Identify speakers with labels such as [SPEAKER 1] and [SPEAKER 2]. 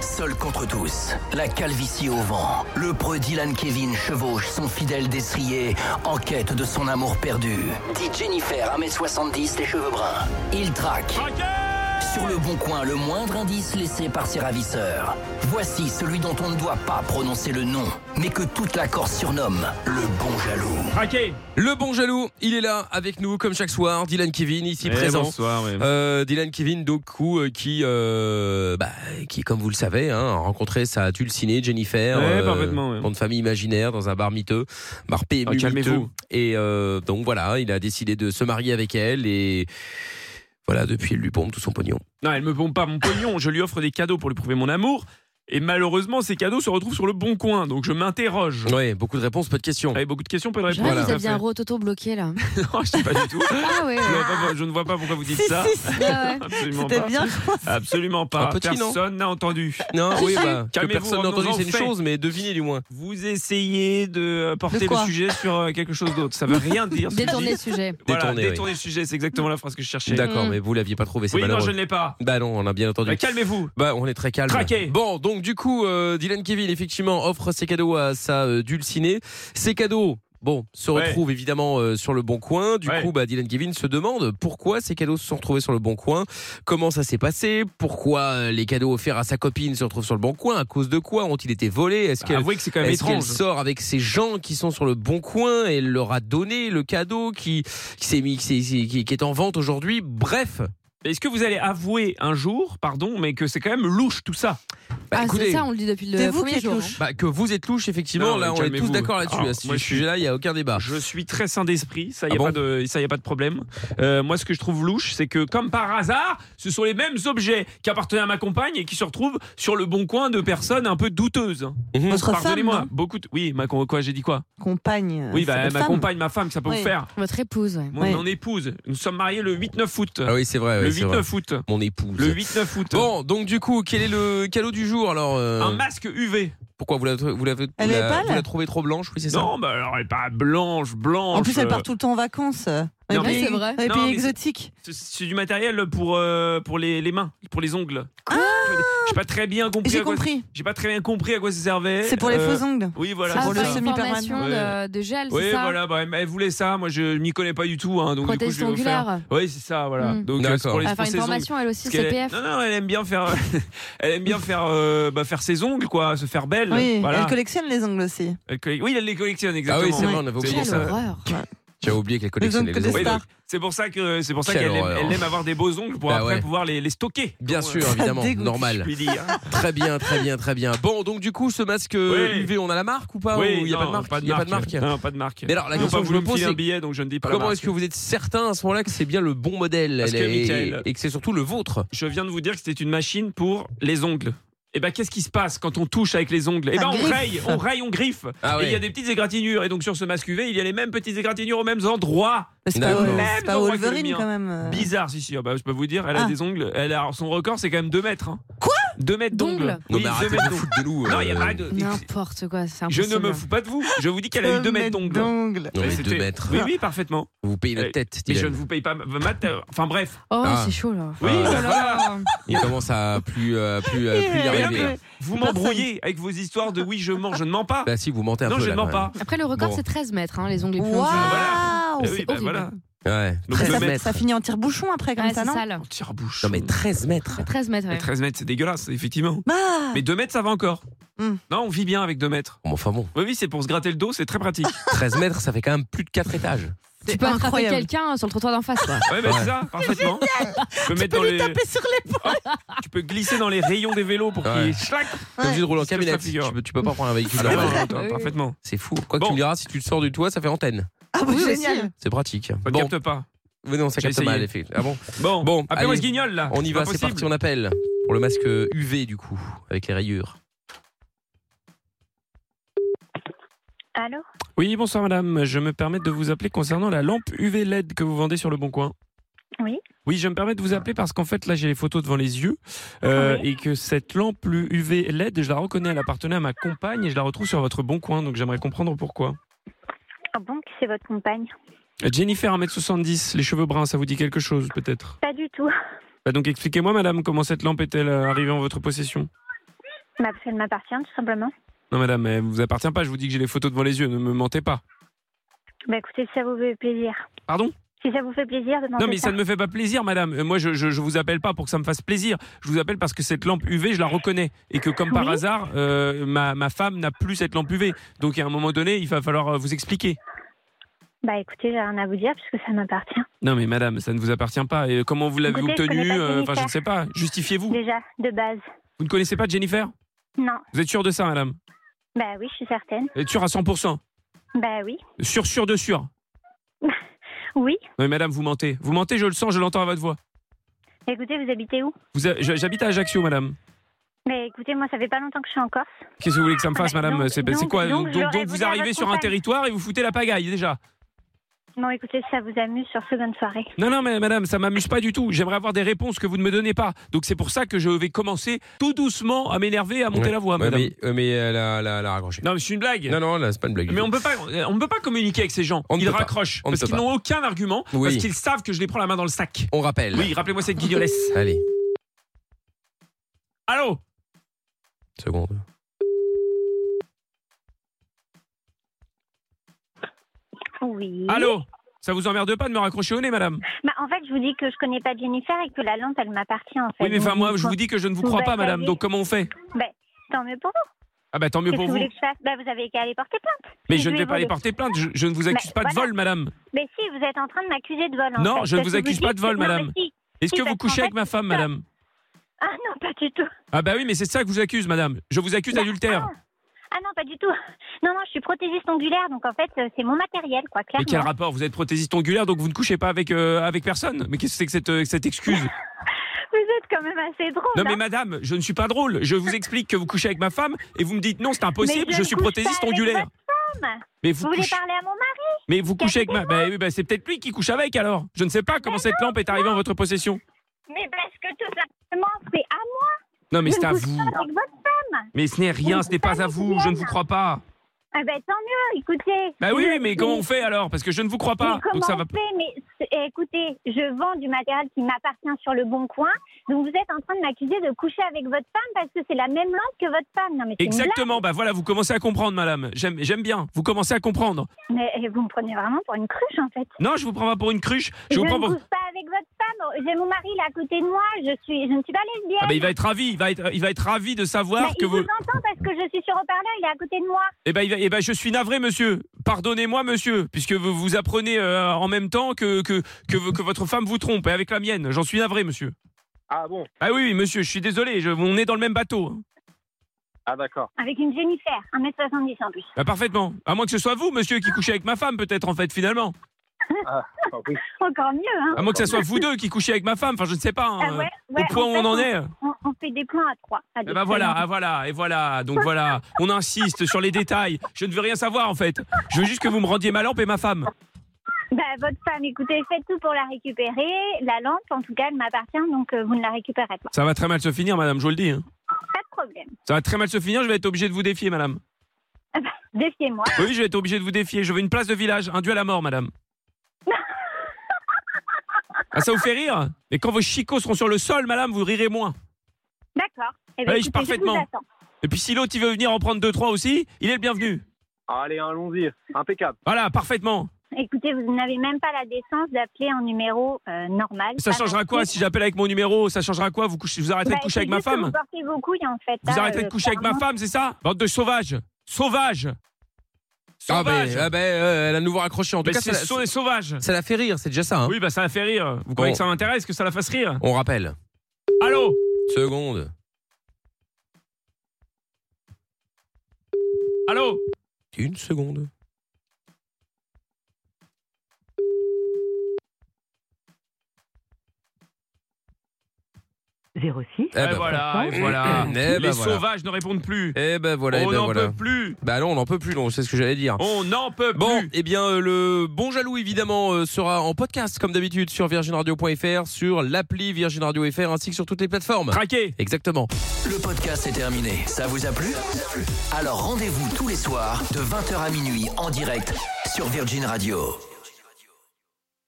[SPEAKER 1] Seul contre tous, la calvitie au vent, le preux Dylan Kevin chevauche son fidèle destrier en quête de son amour perdu. Dit Jennifer, 1m70, les cheveux bruns. Il traque. Sur le bon coin, le moindre indice laissé par ses ravisseurs. Voici celui dont on ne doit pas prononcer le nom, mais que toute la Corse surnomme le bon jaloux.
[SPEAKER 2] Traqué
[SPEAKER 3] Le bon jaloux, il est là avec nous comme chaque soir. Dylan Kevin ici présent.
[SPEAKER 2] Eh, Bonsoir, ouais.
[SPEAKER 3] Euh, Dylan Kevin Doku euh, qui, euh, bah, qui comme vous le savez, hein, a rencontré sa dulcinée Jennifer,
[SPEAKER 2] Ouais, parfaitement, ouais.
[SPEAKER 3] nom de famille imaginaire dans un bar miteux, bar PMU
[SPEAKER 2] Ah, calmez-vous.
[SPEAKER 3] miteux. Et euh, donc voilà, il a décidé de se marier avec elle et voilà, depuis il lui pompe tout son pognon.
[SPEAKER 2] Non, elle me pompe pas mon pognon, je lui offre des cadeaux pour lui prouver mon amour. Et malheureusement, ces cadeaux se retrouvent sur le bon coin, donc je m'interroge.
[SPEAKER 3] Ouais, beaucoup de réponses, peu de questions.
[SPEAKER 2] Avec beaucoup de questions, pas de réponse.
[SPEAKER 4] J'aurais
[SPEAKER 3] Voilà.
[SPEAKER 4] vous aviez un
[SPEAKER 2] Tout
[SPEAKER 4] rototo bloqué là.
[SPEAKER 2] à fait. Non, je dis pas du tout. Je,
[SPEAKER 4] Ah ouais.
[SPEAKER 2] vois pas- je ne vois pas pourquoi vous dites ça.
[SPEAKER 4] Ah ouais.
[SPEAKER 2] Absolument
[SPEAKER 5] C'était
[SPEAKER 2] pas.
[SPEAKER 5] bien.
[SPEAKER 2] Absolument pas.
[SPEAKER 3] Un petit, non
[SPEAKER 2] Personne n'a entendu.
[SPEAKER 3] Non, oui, bah, que
[SPEAKER 2] Calmez-vous,
[SPEAKER 3] personne n'a
[SPEAKER 2] revenons-en
[SPEAKER 3] entendu, c'est une
[SPEAKER 2] au fait.
[SPEAKER 3] chose, mais devinez du moins.
[SPEAKER 2] Vous essayez de euh, porter
[SPEAKER 5] De
[SPEAKER 2] le
[SPEAKER 5] quoi
[SPEAKER 2] sujet sur euh, quelque chose d'autre. Ça veut rien dire. ce Bah, que je
[SPEAKER 4] Détourner le
[SPEAKER 2] dis.
[SPEAKER 4] sujet.
[SPEAKER 2] Voilà,
[SPEAKER 3] Détourner,
[SPEAKER 2] détourner,
[SPEAKER 3] oui.
[SPEAKER 2] le sujet, c'est exactement la phrase que je cherchais.
[SPEAKER 3] D'accord,
[SPEAKER 4] Mm.
[SPEAKER 3] mais vous l'aviez pas trouvé, c'est
[SPEAKER 2] Oui, non,
[SPEAKER 3] malheureux.
[SPEAKER 2] je ne l'ai pas.
[SPEAKER 3] Bah non, on a bien entendu.
[SPEAKER 2] Mais Calmez-vous.
[SPEAKER 3] Bah, on est très calme.
[SPEAKER 2] Traqué.
[SPEAKER 3] Bon, donc du coup, euh, Dylan Kevin, effectivement, offre ses cadeaux à sa euh, dulcinée. Ses cadeaux, bon, se
[SPEAKER 2] Ouais.
[SPEAKER 3] retrouvent évidemment euh, sur le bon coin. Du
[SPEAKER 2] Ouais.
[SPEAKER 3] coup, bah, Dylan Kevin se demande pourquoi ces cadeaux se sont retrouvés sur le bon coin, comment ça s'est passé, pourquoi euh, les cadeaux offerts à sa copine se retrouvent sur le bon coin, à cause de quoi ont-ils été volés Est-ce qu'elle
[SPEAKER 2] Bah, Avouez que c'est quand même
[SPEAKER 3] est-ce qu'elle
[SPEAKER 2] étrange.
[SPEAKER 3] sort avec ces gens qui sont sur le bon coin et elle leur a donné le cadeau qui, qui s'est mis, qui, s'est- qui- qui est en vente aujourd'hui Bref,
[SPEAKER 2] Est-ce que vous allez avouer un jour, pardon, mais que c'est quand même louche tout ça
[SPEAKER 3] Bah,
[SPEAKER 4] ah,
[SPEAKER 3] écoutez,
[SPEAKER 4] c'est ça, on le dit depuis
[SPEAKER 5] C'est
[SPEAKER 4] le
[SPEAKER 5] vous qui
[SPEAKER 4] premier
[SPEAKER 5] êtes
[SPEAKER 4] jour. hein.
[SPEAKER 5] louche.
[SPEAKER 3] Bah, que vous êtes louche, effectivement,
[SPEAKER 2] Non, mais
[SPEAKER 3] là, on est tous
[SPEAKER 2] calmez-vous.
[SPEAKER 3] d'accord là-dessus.
[SPEAKER 2] Ah,
[SPEAKER 3] à ce
[SPEAKER 2] moi, je suis- Ah
[SPEAKER 3] sujet-là, il n'y a aucun débat.
[SPEAKER 2] Je suis très sain d'esprit, ça y a
[SPEAKER 3] Ah bon
[SPEAKER 2] pas de, ça y a pas de problème. Euh, moi, ce que je trouve louche, c'est que comme par hasard, ce sont les mêmes objets qui appartenaient à ma compagne et qui se retrouvent sur le bon coin de personnes un peu douteuses.
[SPEAKER 3] Mhm.
[SPEAKER 5] Votre femme,
[SPEAKER 2] Pardonnez-moi,
[SPEAKER 5] non
[SPEAKER 2] beaucoup. de- Oui, ma con- quoi, j'ai dit quoi
[SPEAKER 5] compagne. euh,
[SPEAKER 2] Oui,
[SPEAKER 5] ça
[SPEAKER 2] bah,
[SPEAKER 5] s'appelle
[SPEAKER 2] ma
[SPEAKER 5] femme.
[SPEAKER 2] compagne, ma femme, ça peut
[SPEAKER 5] Oui.
[SPEAKER 2] vous faire.
[SPEAKER 4] Votre épouse, ouais.
[SPEAKER 2] Mon,
[SPEAKER 5] Ouais.
[SPEAKER 2] mon épouse. Nous sommes mariés le 8-9 août.
[SPEAKER 3] Ah oui, c'est
[SPEAKER 2] le
[SPEAKER 3] vrai. oui, c'est vrai.
[SPEAKER 2] 8-9 août.
[SPEAKER 3] Mon épouse.
[SPEAKER 2] Le 8-9 août.
[SPEAKER 3] Bon, donc du coup, quel est le cadeau du jour alors euh,
[SPEAKER 2] Un masque UV.
[SPEAKER 3] Pourquoi vous l'avez vous l'avez- vous
[SPEAKER 5] Elle est
[SPEAKER 3] la-
[SPEAKER 5] pâle
[SPEAKER 3] vous la trouvez trop blanche Oui, c'est ça.
[SPEAKER 2] Non, bah alors elle est pas blanche, blanche.
[SPEAKER 5] En plus, elle
[SPEAKER 2] euh,
[SPEAKER 5] part tout le temps en vacances. euh,
[SPEAKER 2] Non,
[SPEAKER 5] Dans les
[SPEAKER 2] mais-
[SPEAKER 5] pays-
[SPEAKER 4] Ouais, c'est vrai.
[SPEAKER 5] dans les
[SPEAKER 2] Non,
[SPEAKER 5] pays
[SPEAKER 2] mais-
[SPEAKER 5] exotiques.
[SPEAKER 2] C'est- C'est du matériel pour, euh, pour les, les mains, pour les ongles. J'ai pas très bien compris.
[SPEAKER 5] Ah J'ai
[SPEAKER 2] à quoi-
[SPEAKER 5] compris.
[SPEAKER 2] J'ai pas très bien compris à quoi ça servait.
[SPEAKER 5] C'est pour les
[SPEAKER 2] Euh,
[SPEAKER 5] faux ongles.
[SPEAKER 2] Oui, voilà.
[SPEAKER 4] Ah,
[SPEAKER 5] pour
[SPEAKER 2] c'est
[SPEAKER 5] le
[SPEAKER 4] une
[SPEAKER 2] ça.
[SPEAKER 5] semi- semi-permanent.
[SPEAKER 4] formation de, de gel,
[SPEAKER 2] Oui,
[SPEAKER 4] c'est ça
[SPEAKER 2] voilà. bah, elle- elle voulait ça. Moi, je m'y connais pas du tout. Hein, donc du coup,
[SPEAKER 4] Prothèse
[SPEAKER 2] je vais faire.
[SPEAKER 4] ongulaire.
[SPEAKER 2] Oui, c'est ça. Voilà.
[SPEAKER 5] Hmm.
[SPEAKER 4] Mm.
[SPEAKER 2] Donc euh, c'est pour les
[SPEAKER 4] Elle va
[SPEAKER 2] pour
[SPEAKER 4] faire une
[SPEAKER 2] ses ongles.
[SPEAKER 4] formation, elle aussi,
[SPEAKER 2] Parce qu'elle-
[SPEAKER 4] CPF.
[SPEAKER 2] Non, non, elle aime bien faire, elle aime bien faire, euh, bah, faire ses ongles, quoi, se faire belle.
[SPEAKER 5] Oui,
[SPEAKER 2] voilà.
[SPEAKER 5] elle collectionne les ongles aussi.
[SPEAKER 2] Elle colle- Oui, elle les collectionne,
[SPEAKER 3] Ah
[SPEAKER 2] exactement.
[SPEAKER 3] oui, c'est vrai,
[SPEAKER 5] Ouais.
[SPEAKER 3] on avait oublié
[SPEAKER 4] Quelle
[SPEAKER 3] ça.
[SPEAKER 4] horreur.
[SPEAKER 3] J'avais oublié qu'elle
[SPEAKER 5] Les
[SPEAKER 3] collectionnait
[SPEAKER 5] ongles
[SPEAKER 3] les bah,
[SPEAKER 5] des
[SPEAKER 2] Oui,
[SPEAKER 3] ongles.
[SPEAKER 2] donc,
[SPEAKER 5] stars.
[SPEAKER 2] c'est pour ça que c'est pour ça
[SPEAKER 3] Quelle
[SPEAKER 2] qu'elle aime,
[SPEAKER 3] horreur.
[SPEAKER 2] elle aime avoir des beaux ongles pour
[SPEAKER 3] Bah
[SPEAKER 2] après
[SPEAKER 3] ouais.
[SPEAKER 2] pouvoir les, les stocker.
[SPEAKER 3] Bien
[SPEAKER 2] Comme,
[SPEAKER 3] sûr,
[SPEAKER 2] euh,
[SPEAKER 3] évidemment,
[SPEAKER 5] dégoûte.
[SPEAKER 2] je
[SPEAKER 3] normal.
[SPEAKER 2] puis dire.
[SPEAKER 3] Très bien, très bien, très bien. Bon, donc du coup, ce masque euh,
[SPEAKER 2] Oui.
[SPEAKER 3] UV, on a la marque ou pas
[SPEAKER 2] Oui,
[SPEAKER 3] Ou Il n'y a pas de
[SPEAKER 2] non,
[SPEAKER 3] marque. Il y a pas de marque.
[SPEAKER 2] Non, pas de marque.
[SPEAKER 3] Mais alors, la
[SPEAKER 2] Ils n'ont
[SPEAKER 3] question
[SPEAKER 2] pas
[SPEAKER 3] que je
[SPEAKER 2] voulu
[SPEAKER 3] me
[SPEAKER 2] me
[SPEAKER 3] pose,
[SPEAKER 2] filer un
[SPEAKER 3] c'est
[SPEAKER 2] billet, donc je ne dis pas la
[SPEAKER 3] comment
[SPEAKER 2] marque.
[SPEAKER 3] est-ce que vous êtes certain à ce moment-là que c'est bien le bon modèle
[SPEAKER 2] Parce
[SPEAKER 3] elle
[SPEAKER 2] que,
[SPEAKER 3] est-
[SPEAKER 2] Michael-
[SPEAKER 3] et que c'est surtout le vôtre
[SPEAKER 2] Je viens de vous dire que c'était une machine pour les ongles. Et ben qu'est-ce qui se passe quand on touche avec les ongles Eh ben
[SPEAKER 5] Ça
[SPEAKER 2] on
[SPEAKER 5] griffe.
[SPEAKER 2] raye, on raye, on griffe.
[SPEAKER 3] Ah
[SPEAKER 2] Et il y a
[SPEAKER 3] ouais.
[SPEAKER 2] des petites égratignures. Et donc sur ce masque UV, il y a les mêmes petites égratignures aux mêmes endroits.
[SPEAKER 5] Mais C'est pas,
[SPEAKER 3] D'accord.
[SPEAKER 5] c'est pas
[SPEAKER 2] Même endroit que le
[SPEAKER 5] Wolverine
[SPEAKER 2] mien.
[SPEAKER 5] quand même. euh.
[SPEAKER 2] Bizarre, si, si. Ah bah, je peux vous dire, elle a
[SPEAKER 5] Ah.
[SPEAKER 2] des ongles. Elle a, alors, son record, c'est quand même 2 mètres. hein.
[SPEAKER 5] Quoi
[SPEAKER 2] 2 mètres d'ongles.
[SPEAKER 4] D'ongles
[SPEAKER 3] Non,
[SPEAKER 2] Oui,
[SPEAKER 3] mais
[SPEAKER 2] deux
[SPEAKER 3] arrêtez de
[SPEAKER 2] mètres
[SPEAKER 3] vous
[SPEAKER 2] d'ongles.
[SPEAKER 3] foutre de nous.
[SPEAKER 2] Non, il y a
[SPEAKER 3] euh,
[SPEAKER 2] pas de.
[SPEAKER 4] N'importe quoi, c'est
[SPEAKER 2] Je
[SPEAKER 4] impossible.
[SPEAKER 2] ne me fous pas de vous. Je vous dis qu'elle a eu 2 mètres d'ongles.
[SPEAKER 3] Non, mais
[SPEAKER 2] Et
[SPEAKER 3] deux
[SPEAKER 2] c'était-
[SPEAKER 3] mètres.
[SPEAKER 2] Oui, oui, parfaitement.
[SPEAKER 3] Vous payez la
[SPEAKER 2] Eh,
[SPEAKER 3] tête,
[SPEAKER 2] Mais je ne
[SPEAKER 3] Dylan.
[SPEAKER 2] vous paye pas. ma- ma- ta- Enfin bref.
[SPEAKER 4] Oh,
[SPEAKER 3] Ah.
[SPEAKER 4] c'est chaud là.
[SPEAKER 2] Oui,
[SPEAKER 3] Ah.
[SPEAKER 2] voilà.
[SPEAKER 3] Il commence à plus, euh, plus, euh, plus y
[SPEAKER 2] Mais
[SPEAKER 3] arriver.
[SPEAKER 2] après, vous m'embrouillez avec vos histoires de oui, je mens, je ne mens pas.
[SPEAKER 3] Bah si, vous mentez un
[SPEAKER 2] Non,
[SPEAKER 3] peu
[SPEAKER 2] je
[SPEAKER 3] là,
[SPEAKER 2] ne mens
[SPEAKER 3] quand même.
[SPEAKER 2] pas.
[SPEAKER 4] Après, le record,
[SPEAKER 3] Bon.
[SPEAKER 4] c'est 13 mètres, hein, les ongles les plus
[SPEAKER 5] Waouh
[SPEAKER 4] longs.
[SPEAKER 2] Eh oui,
[SPEAKER 4] c'est
[SPEAKER 2] bah,
[SPEAKER 4] horrible.
[SPEAKER 2] voilà.
[SPEAKER 3] Ouais.
[SPEAKER 2] Donc,
[SPEAKER 5] Ça-
[SPEAKER 3] 13
[SPEAKER 5] ça,
[SPEAKER 3] mètres.
[SPEAKER 5] ça finit en tire-bouchon après comme
[SPEAKER 4] Ouais,
[SPEAKER 5] ça,
[SPEAKER 4] c'est
[SPEAKER 5] non
[SPEAKER 4] sale.
[SPEAKER 2] Tire bouche.
[SPEAKER 3] Non mais 13 mètres.
[SPEAKER 4] C'est 13 mètres, ouais.
[SPEAKER 2] 13 mètres, c'est dégueulasse, effectivement.
[SPEAKER 5] Bah,
[SPEAKER 2] Mais 2 mètres, ça va encore.
[SPEAKER 5] Hmm.
[SPEAKER 2] Non, on vit bien avec 2 mètres.
[SPEAKER 3] Bon, enfin bon,
[SPEAKER 2] Oui, oui, c'est pour se gratter le dos, c'est très pratique.
[SPEAKER 3] 13 mètres, ça fait quand même plus de 4 étages.
[SPEAKER 4] Tu
[SPEAKER 5] c'est
[SPEAKER 4] peux attraper
[SPEAKER 5] incroyable.
[SPEAKER 4] quelqu'un sur le trottoir d'en face, quoi.
[SPEAKER 2] Ouais, mais
[SPEAKER 3] Ouais.
[SPEAKER 2] c'est ça, parfaitement. Tu peux, mettre dans les... Oh,
[SPEAKER 5] Taper sur les
[SPEAKER 2] tu peux glisser dans les rayons des vélos pour
[SPEAKER 3] Ouais. Ah,
[SPEAKER 2] qu'ils. Schlac
[SPEAKER 3] T'es obligé de rouler en
[SPEAKER 2] C'est
[SPEAKER 3] camionnette.
[SPEAKER 2] ça,
[SPEAKER 3] Tu
[SPEAKER 2] figure.
[SPEAKER 3] peux, tu peux pas prendre un véhicule
[SPEAKER 2] Ah, bah,
[SPEAKER 3] normal.
[SPEAKER 2] voilà, toi,
[SPEAKER 4] Oui.
[SPEAKER 2] Parfaitement.
[SPEAKER 3] C'est fou. Quoi que
[SPEAKER 2] Bon.
[SPEAKER 3] tu me diras, si tu le sors du toit, ça fait antenne.
[SPEAKER 5] Ah,
[SPEAKER 4] Oui,
[SPEAKER 5] oui,
[SPEAKER 4] aussi.
[SPEAKER 5] génial.
[SPEAKER 3] C'est pratique.
[SPEAKER 2] Ça ne
[SPEAKER 3] Bon,
[SPEAKER 2] capte pas.
[SPEAKER 3] oui, non, ça
[SPEAKER 2] J'ai
[SPEAKER 3] capte mal.
[SPEAKER 2] essayé.
[SPEAKER 3] effectivement. Ah bon
[SPEAKER 2] Bon,
[SPEAKER 3] Bon,
[SPEAKER 2] appelez-moi
[SPEAKER 3] allez.
[SPEAKER 2] ce guignol là.
[SPEAKER 3] On y
[SPEAKER 2] pas
[SPEAKER 3] va, c'est
[SPEAKER 2] possible.
[SPEAKER 3] parti, on appelle. Pour le masque UV du coup, avec les rayures.
[SPEAKER 6] Allô
[SPEAKER 2] Oui, bonsoir madame. Je me permets de vous appeler concernant la lampe UV LED E que vous vendez sur le Bon Coin.
[SPEAKER 6] Oui.
[SPEAKER 2] Oui, je me permets de vous appeler parce qu'en fait, là, j'ai les photos devant les yeux euh,
[SPEAKER 6] Oui.
[SPEAKER 2] et que cette lampe UV LED, E je la reconnais, elle appartenait à ma compagne et je la retrouve sur votre Bon Coin, donc j'aimerais comprendre pourquoi.
[SPEAKER 6] Ah bon, qui c'est votre compagne
[SPEAKER 2] Jennifer, 1m70, les cheveux bruns, ça vous dit quelque chose peut-être
[SPEAKER 6] Pas du tout.
[SPEAKER 2] Bah, Donc expliquez-moi, madame, comment cette lampe est-elle euh, arrivée en votre possession
[SPEAKER 6] Bah, parce qu'elle m'appartient, tout simplement.
[SPEAKER 2] Non, madame, elle vous appartient pas. Je vous dis que j'ai les photos devant les yeux. Ne me mentez pas.
[SPEAKER 6] Bah, écoutez, si ça vous fait plaisir.
[SPEAKER 2] Pardon
[SPEAKER 6] Si ça vous fait plaisir de
[SPEAKER 2] Non, mais ça ne me fait pas plaisir, madame. Euh, Moi, je, je, je vous appelle pas pour que ça me fasse plaisir. Je vous appelle parce que cette lampe UV, je la reconnais. Et que, comme par
[SPEAKER 6] Oui.
[SPEAKER 2] hasard, euh, ma, ma femme n'a plus cette lampe UV. Donc, à un moment donné, il va falloir euh, vous expliquer.
[SPEAKER 6] Bah, écoutez, j'ai rien à vous dire puisque ça m'appartient.
[SPEAKER 2] Non, mais madame, ça ne vous appartient pas. Et comment vous l'avez
[SPEAKER 6] Écoutez, je connais
[SPEAKER 2] obtenue
[SPEAKER 6] pas
[SPEAKER 2] Euh, Enfin, je ne
[SPEAKER 6] Jennifer.
[SPEAKER 2] sais pas. Justifiez-vous.
[SPEAKER 6] Déjà, de base.
[SPEAKER 2] Vous ne connaissez pas Jennifer
[SPEAKER 6] Non.
[SPEAKER 2] Vous êtes sûr de ça, madame
[SPEAKER 6] Bah oui, je suis certaine.
[SPEAKER 2] Vous êtes sûr à 100%
[SPEAKER 6] Bah oui.
[SPEAKER 2] Sûr, sûr de sûr
[SPEAKER 6] Oui.
[SPEAKER 2] Non, mais madame, vous mentez. Vous mentez, je le sens, je l'entends à votre voix.
[SPEAKER 6] Écoutez, vous habitez où
[SPEAKER 2] Vous a- j- J'habite à Ajaccio, madame.
[SPEAKER 6] Mais écoutez, moi, ça fait pas longtemps que je suis en Corse.
[SPEAKER 2] Qu'est-ce que vous voulez que ça me fasse,
[SPEAKER 6] Ah bah,
[SPEAKER 2] madame
[SPEAKER 6] donc-
[SPEAKER 2] C'est c'est
[SPEAKER 6] donc-
[SPEAKER 2] quoi
[SPEAKER 6] donc,
[SPEAKER 2] Donc,
[SPEAKER 6] j'aurais
[SPEAKER 2] donc
[SPEAKER 6] voulu
[SPEAKER 2] vous
[SPEAKER 6] à
[SPEAKER 2] arrivez
[SPEAKER 6] votre
[SPEAKER 2] sur un
[SPEAKER 6] compagne.
[SPEAKER 2] territoire et vous foutez la pagaille, déjà.
[SPEAKER 6] Bon, écoutez, si ça vous amuse sur seconde soirée.
[SPEAKER 2] Non, non, mais madame, ça m'amuse pas du tout. J'aimerais avoir des réponses que vous ne me donnez pas. Donc, c'est pour ça que je vais commencer tout doucement à m'énerver, à monter la voix,
[SPEAKER 3] Ouais,
[SPEAKER 2] Ah, madame.
[SPEAKER 3] mais, ouais, mais euh, elle a, elle a- elle a raccroché.
[SPEAKER 2] Non, mais c'est une blague.
[SPEAKER 3] Non, non, là, c'est pas une blague. du
[SPEAKER 2] Mais
[SPEAKER 3] tout.
[SPEAKER 2] on ne peut pas, on peut pas communiquer avec ces gens.
[SPEAKER 3] On ne
[SPEAKER 2] ils
[SPEAKER 3] peut pas.
[SPEAKER 2] raccrochent
[SPEAKER 3] On ne
[SPEAKER 2] parce
[SPEAKER 3] peut
[SPEAKER 2] qu'ils
[SPEAKER 3] pas.
[SPEAKER 2] n'ont aucun argument,
[SPEAKER 3] Oui.
[SPEAKER 2] parce qu'ils savent que je les prends la main dans le sac.
[SPEAKER 3] On rappelle.
[SPEAKER 2] Oui, rappelez-moi cette guignolesse.
[SPEAKER 3] Allez,
[SPEAKER 2] Allô
[SPEAKER 3] seconde.
[SPEAKER 6] Oui.
[SPEAKER 2] Allô Ça vous emmerde pas de me raccrocher au nez, madame
[SPEAKER 6] Bah, en fait, je vous dis que je connais pas Jennifer et que la lampe, elle m'appartient, en fait.
[SPEAKER 2] Oui, mais enfin,
[SPEAKER 6] Donc,
[SPEAKER 2] moi, je
[SPEAKER 6] dites-moi.
[SPEAKER 2] vous dis que je ne vous
[SPEAKER 6] Vous
[SPEAKER 2] crois pas,
[SPEAKER 6] bataillez.
[SPEAKER 2] madame. Donc, comment on fait
[SPEAKER 6] Tant mieux pour vous.
[SPEAKER 2] Ah, bah tant mieux
[SPEAKER 6] Qu'est-ce que
[SPEAKER 2] pour
[SPEAKER 6] vous
[SPEAKER 2] vous.
[SPEAKER 6] voulez que je fasse Bah, vous avez qu'à aller porter plainte.
[SPEAKER 2] Mais
[SPEAKER 6] Si
[SPEAKER 2] je ne vais
[SPEAKER 6] voulais
[SPEAKER 2] pas aller
[SPEAKER 6] voler.
[SPEAKER 2] porter plainte. Je, je ne vous accuse
[SPEAKER 6] Bah,
[SPEAKER 2] pas de
[SPEAKER 6] voilà.
[SPEAKER 2] vol, madame.
[SPEAKER 6] Mais si, vous êtes en train de m'accuser de vol. en
[SPEAKER 2] Non,
[SPEAKER 6] fait,
[SPEAKER 2] je ne
[SPEAKER 6] parce
[SPEAKER 2] vous
[SPEAKER 6] que
[SPEAKER 2] accuse
[SPEAKER 6] dites
[SPEAKER 2] pas de
[SPEAKER 6] que-
[SPEAKER 2] vol,
[SPEAKER 6] non, mais
[SPEAKER 2] madame.
[SPEAKER 6] si.
[SPEAKER 2] Est-ce
[SPEAKER 6] Oui,
[SPEAKER 2] que vous
[SPEAKER 6] parce
[SPEAKER 2] couchez
[SPEAKER 6] qu'en
[SPEAKER 2] avec
[SPEAKER 6] fait,
[SPEAKER 2] ma femme,
[SPEAKER 6] ça.
[SPEAKER 2] madame
[SPEAKER 6] Ah non, pas du tout.
[SPEAKER 2] Ah, bah oui, mais c'est ça que je vous accuse, madame. Je vous accuse
[SPEAKER 6] Bah,
[SPEAKER 2] d'adultère.
[SPEAKER 6] ah. Ah non, pas du tout. Non, non, je suis prothésiste ongulaire, donc en fait, euh, c'est mon matériel, quoi,
[SPEAKER 2] Mais
[SPEAKER 6] clairement.
[SPEAKER 2] quel rapport Vous êtes prothésiste ongulaire, donc vous ne couchez pas avec, euh, avec personne. Mais qu'est-ce que c'est que cette, euh, cette excuse
[SPEAKER 6] Vous êtes quand même assez drôle.
[SPEAKER 2] Non, mais
[SPEAKER 6] hein.
[SPEAKER 2] madame, je ne suis pas drôle. Je vous explique que vous couchez avec ma femme et vous me dites non, c'est impossible,
[SPEAKER 6] Mais
[SPEAKER 2] je,
[SPEAKER 6] je ne
[SPEAKER 2] suis
[SPEAKER 6] couche
[SPEAKER 2] prothésiste
[SPEAKER 6] pas avec
[SPEAKER 2] ongulaire. Mais
[SPEAKER 6] Vous
[SPEAKER 2] vous,
[SPEAKER 6] voulez
[SPEAKER 2] couchez-
[SPEAKER 6] parler à mon mari
[SPEAKER 2] mais vous couchez avec ma. Bah, oui, bah, c'est peut-être lui qui couche avec alors. Je ne sais pas comment cette lampe est arrivée en votre possession.
[SPEAKER 6] Mais parce que tout simplement, c'est à moi
[SPEAKER 2] Non, mais
[SPEAKER 6] Je
[SPEAKER 2] c'est
[SPEAKER 6] ne
[SPEAKER 2] à
[SPEAKER 6] couche
[SPEAKER 2] vous.
[SPEAKER 6] avec votre...
[SPEAKER 2] Mais ce n'est rien, ce n'est pas à vous, je ne vous crois pas.
[SPEAKER 6] Ah ben tant mieux, écoutez.
[SPEAKER 2] Bah oui,
[SPEAKER 6] Je-
[SPEAKER 2] oui, mais comment on fait alors Parce que je ne vous crois
[SPEAKER 6] Mais
[SPEAKER 2] pas.
[SPEAKER 6] comment
[SPEAKER 2] Donc ça va.
[SPEAKER 6] on fait mais c'est- eh, écoutez, je vends du matériel qui m'appartient sur le bon coin. Donc vous êtes en train de m'accuser de coucher avec votre femme parce que c'est la même lampe que votre femme. Non mais c'est une
[SPEAKER 2] Exactement, bah voilà, vous commencez à comprendre, madame. J'aime j'aime bien, vous commencez à comprendre.
[SPEAKER 6] blague. Mais vous me prenez vraiment pour une cruche en fait.
[SPEAKER 2] Non, je vous prends pas pour une cruche, je vous
[SPEAKER 6] ne
[SPEAKER 2] prends pour.
[SPEAKER 6] couche pas avec votre femme. J'ai mon mari là à côté de moi. Je suis, je ne suis pas lesbienne.
[SPEAKER 2] Ah bah il va être ravi, il va être, il va être ravi de savoir
[SPEAKER 6] Mais
[SPEAKER 2] que
[SPEAKER 6] Bah, il vous
[SPEAKER 2] vous.
[SPEAKER 6] entend parce que je suis sur haut-parleur. Il est à côté de moi.
[SPEAKER 2] Eh ben, il va- eh ben, je suis navré, monsieur. Pardonnez-moi, monsieur, puisque vous, vous apprenez euh, en même temps que, que, que, que votre femme vous trompe, et avec la mienne. J'en suis navré, monsieur.
[SPEAKER 7] Ah bon
[SPEAKER 2] Ah oui, oui, monsieur, je suis désolé, je- on est dans le même bateau. hein.
[SPEAKER 7] Ah d'accord.
[SPEAKER 6] Avec une Jennifer, 1m70 en plus.
[SPEAKER 2] Bah, parfaitement. À moins que ce soit vous, monsieur, qui couchez avec ma femme, peut-être, en fait, finalement.
[SPEAKER 7] Ah oui.
[SPEAKER 6] Encore mieux, hein
[SPEAKER 2] À moins que ce soit vous deux qui couchez avec ma femme, enfin, je ne sais pas. hein,
[SPEAKER 6] Ah ouais, ouais,
[SPEAKER 2] Au point où
[SPEAKER 6] fait,
[SPEAKER 2] on en est.
[SPEAKER 6] on, on fait des plans à trois. à
[SPEAKER 2] Eh
[SPEAKER 6] des
[SPEAKER 2] ben voilà,
[SPEAKER 6] plans.
[SPEAKER 2] ah voilà, et voilà. Donc voilà, on insiste sur les détails. Je ne veux rien savoir, en fait. Je veux juste que vous me rendiez ma lampe et ma femme.
[SPEAKER 6] Bah, votre femme, écoutez, faites tout pour la récupérer. La lampe, en tout cas, elle m'appartient, donc euh, vous ne la récupérez pas.
[SPEAKER 2] Ça va très mal se finir, madame, je vous le dis. hein.
[SPEAKER 6] Pas de problème.
[SPEAKER 2] Ça va très mal se finir, je vais être obligé de vous défier, madame.
[SPEAKER 6] Défiez-moi.
[SPEAKER 2] Oui, je vais être obligé de vous défier. Je veux une place de village, un duel à mort, madame. Ah, ça vous fait rire Mais quand vos chicots seront sur le sol, madame, vous rirez moins.
[SPEAKER 6] D'accord.
[SPEAKER 2] Ah
[SPEAKER 6] Eh
[SPEAKER 2] Oui,
[SPEAKER 6] ben, écoutez,
[SPEAKER 2] je-
[SPEAKER 6] je
[SPEAKER 2] parfaitement.
[SPEAKER 6] vous attends.
[SPEAKER 2] Et puis si l'autre, il veut venir en prendre deux, trois aussi, il est le bienvenu.
[SPEAKER 7] Allez, allons-y. Impeccable.
[SPEAKER 2] Voilà, parfaitement.
[SPEAKER 6] Écoutez, vous n'avez même pas la décence d'appeler en numéro euh, normal.
[SPEAKER 2] Ça
[SPEAKER 6] Pas
[SPEAKER 2] changera quoi
[SPEAKER 6] masqué.
[SPEAKER 2] si j'appelle avec mon numéro Ça changera quoi vous, couchez- vous arrêterez
[SPEAKER 6] Bah,
[SPEAKER 2] de coucher
[SPEAKER 6] c'est
[SPEAKER 2] avec ma
[SPEAKER 6] juste que Vous
[SPEAKER 2] femme
[SPEAKER 6] portez vos couilles, en fait.
[SPEAKER 2] Vous
[SPEAKER 6] hein,
[SPEAKER 2] arrêterez de
[SPEAKER 6] euh,
[SPEAKER 2] coucher avec ma
[SPEAKER 6] clairement.
[SPEAKER 2] femme, c'est ça Bande de sauvages Sauvages
[SPEAKER 3] Ah ben,
[SPEAKER 2] Sauvages
[SPEAKER 3] ah ben, euh, elle a de nouveau raccroché. En tout
[SPEAKER 2] Mais
[SPEAKER 3] cas,
[SPEAKER 2] c'est
[SPEAKER 3] ça,
[SPEAKER 2] sau-
[SPEAKER 3] la-
[SPEAKER 2] sauvage
[SPEAKER 3] ça la fait rire, c'est déjà ça. hein.
[SPEAKER 2] Oui, bah ça la fait rire. Vous croyez
[SPEAKER 3] Bon.
[SPEAKER 2] que ça m'intéresse, que ça la fasse rire
[SPEAKER 3] On rappelle.
[SPEAKER 2] Allô
[SPEAKER 3] Seconde.
[SPEAKER 2] Allô
[SPEAKER 3] Une seconde. Eh
[SPEAKER 2] Et
[SPEAKER 3] ben
[SPEAKER 2] voilà, et voilà.
[SPEAKER 3] Eh
[SPEAKER 2] Les
[SPEAKER 3] ben voilà.
[SPEAKER 2] sauvages ne répondent plus.
[SPEAKER 3] Eh ben voilà, eh
[SPEAKER 2] on
[SPEAKER 3] ben
[SPEAKER 2] n'en
[SPEAKER 3] voilà.
[SPEAKER 2] peut plus.
[SPEAKER 3] Bah non, on n'en peut plus, non, c'est ce que j'allais dire.
[SPEAKER 2] On n'en peut
[SPEAKER 3] Bon,
[SPEAKER 2] plus.
[SPEAKER 3] eh bien, euh, le Bon Jaloux, évidemment, euh, sera en podcast, comme d'habitude, sur virginradio.fr, sur l'appli Virgin Radio FR, ainsi que sur toutes les plateformes.
[SPEAKER 2] Traqué.
[SPEAKER 3] Exactement.
[SPEAKER 1] Le podcast est terminé. Ça vous a plu Alors rendez-vous tous les soirs de 20h à minuit en direct sur Virgin Radio.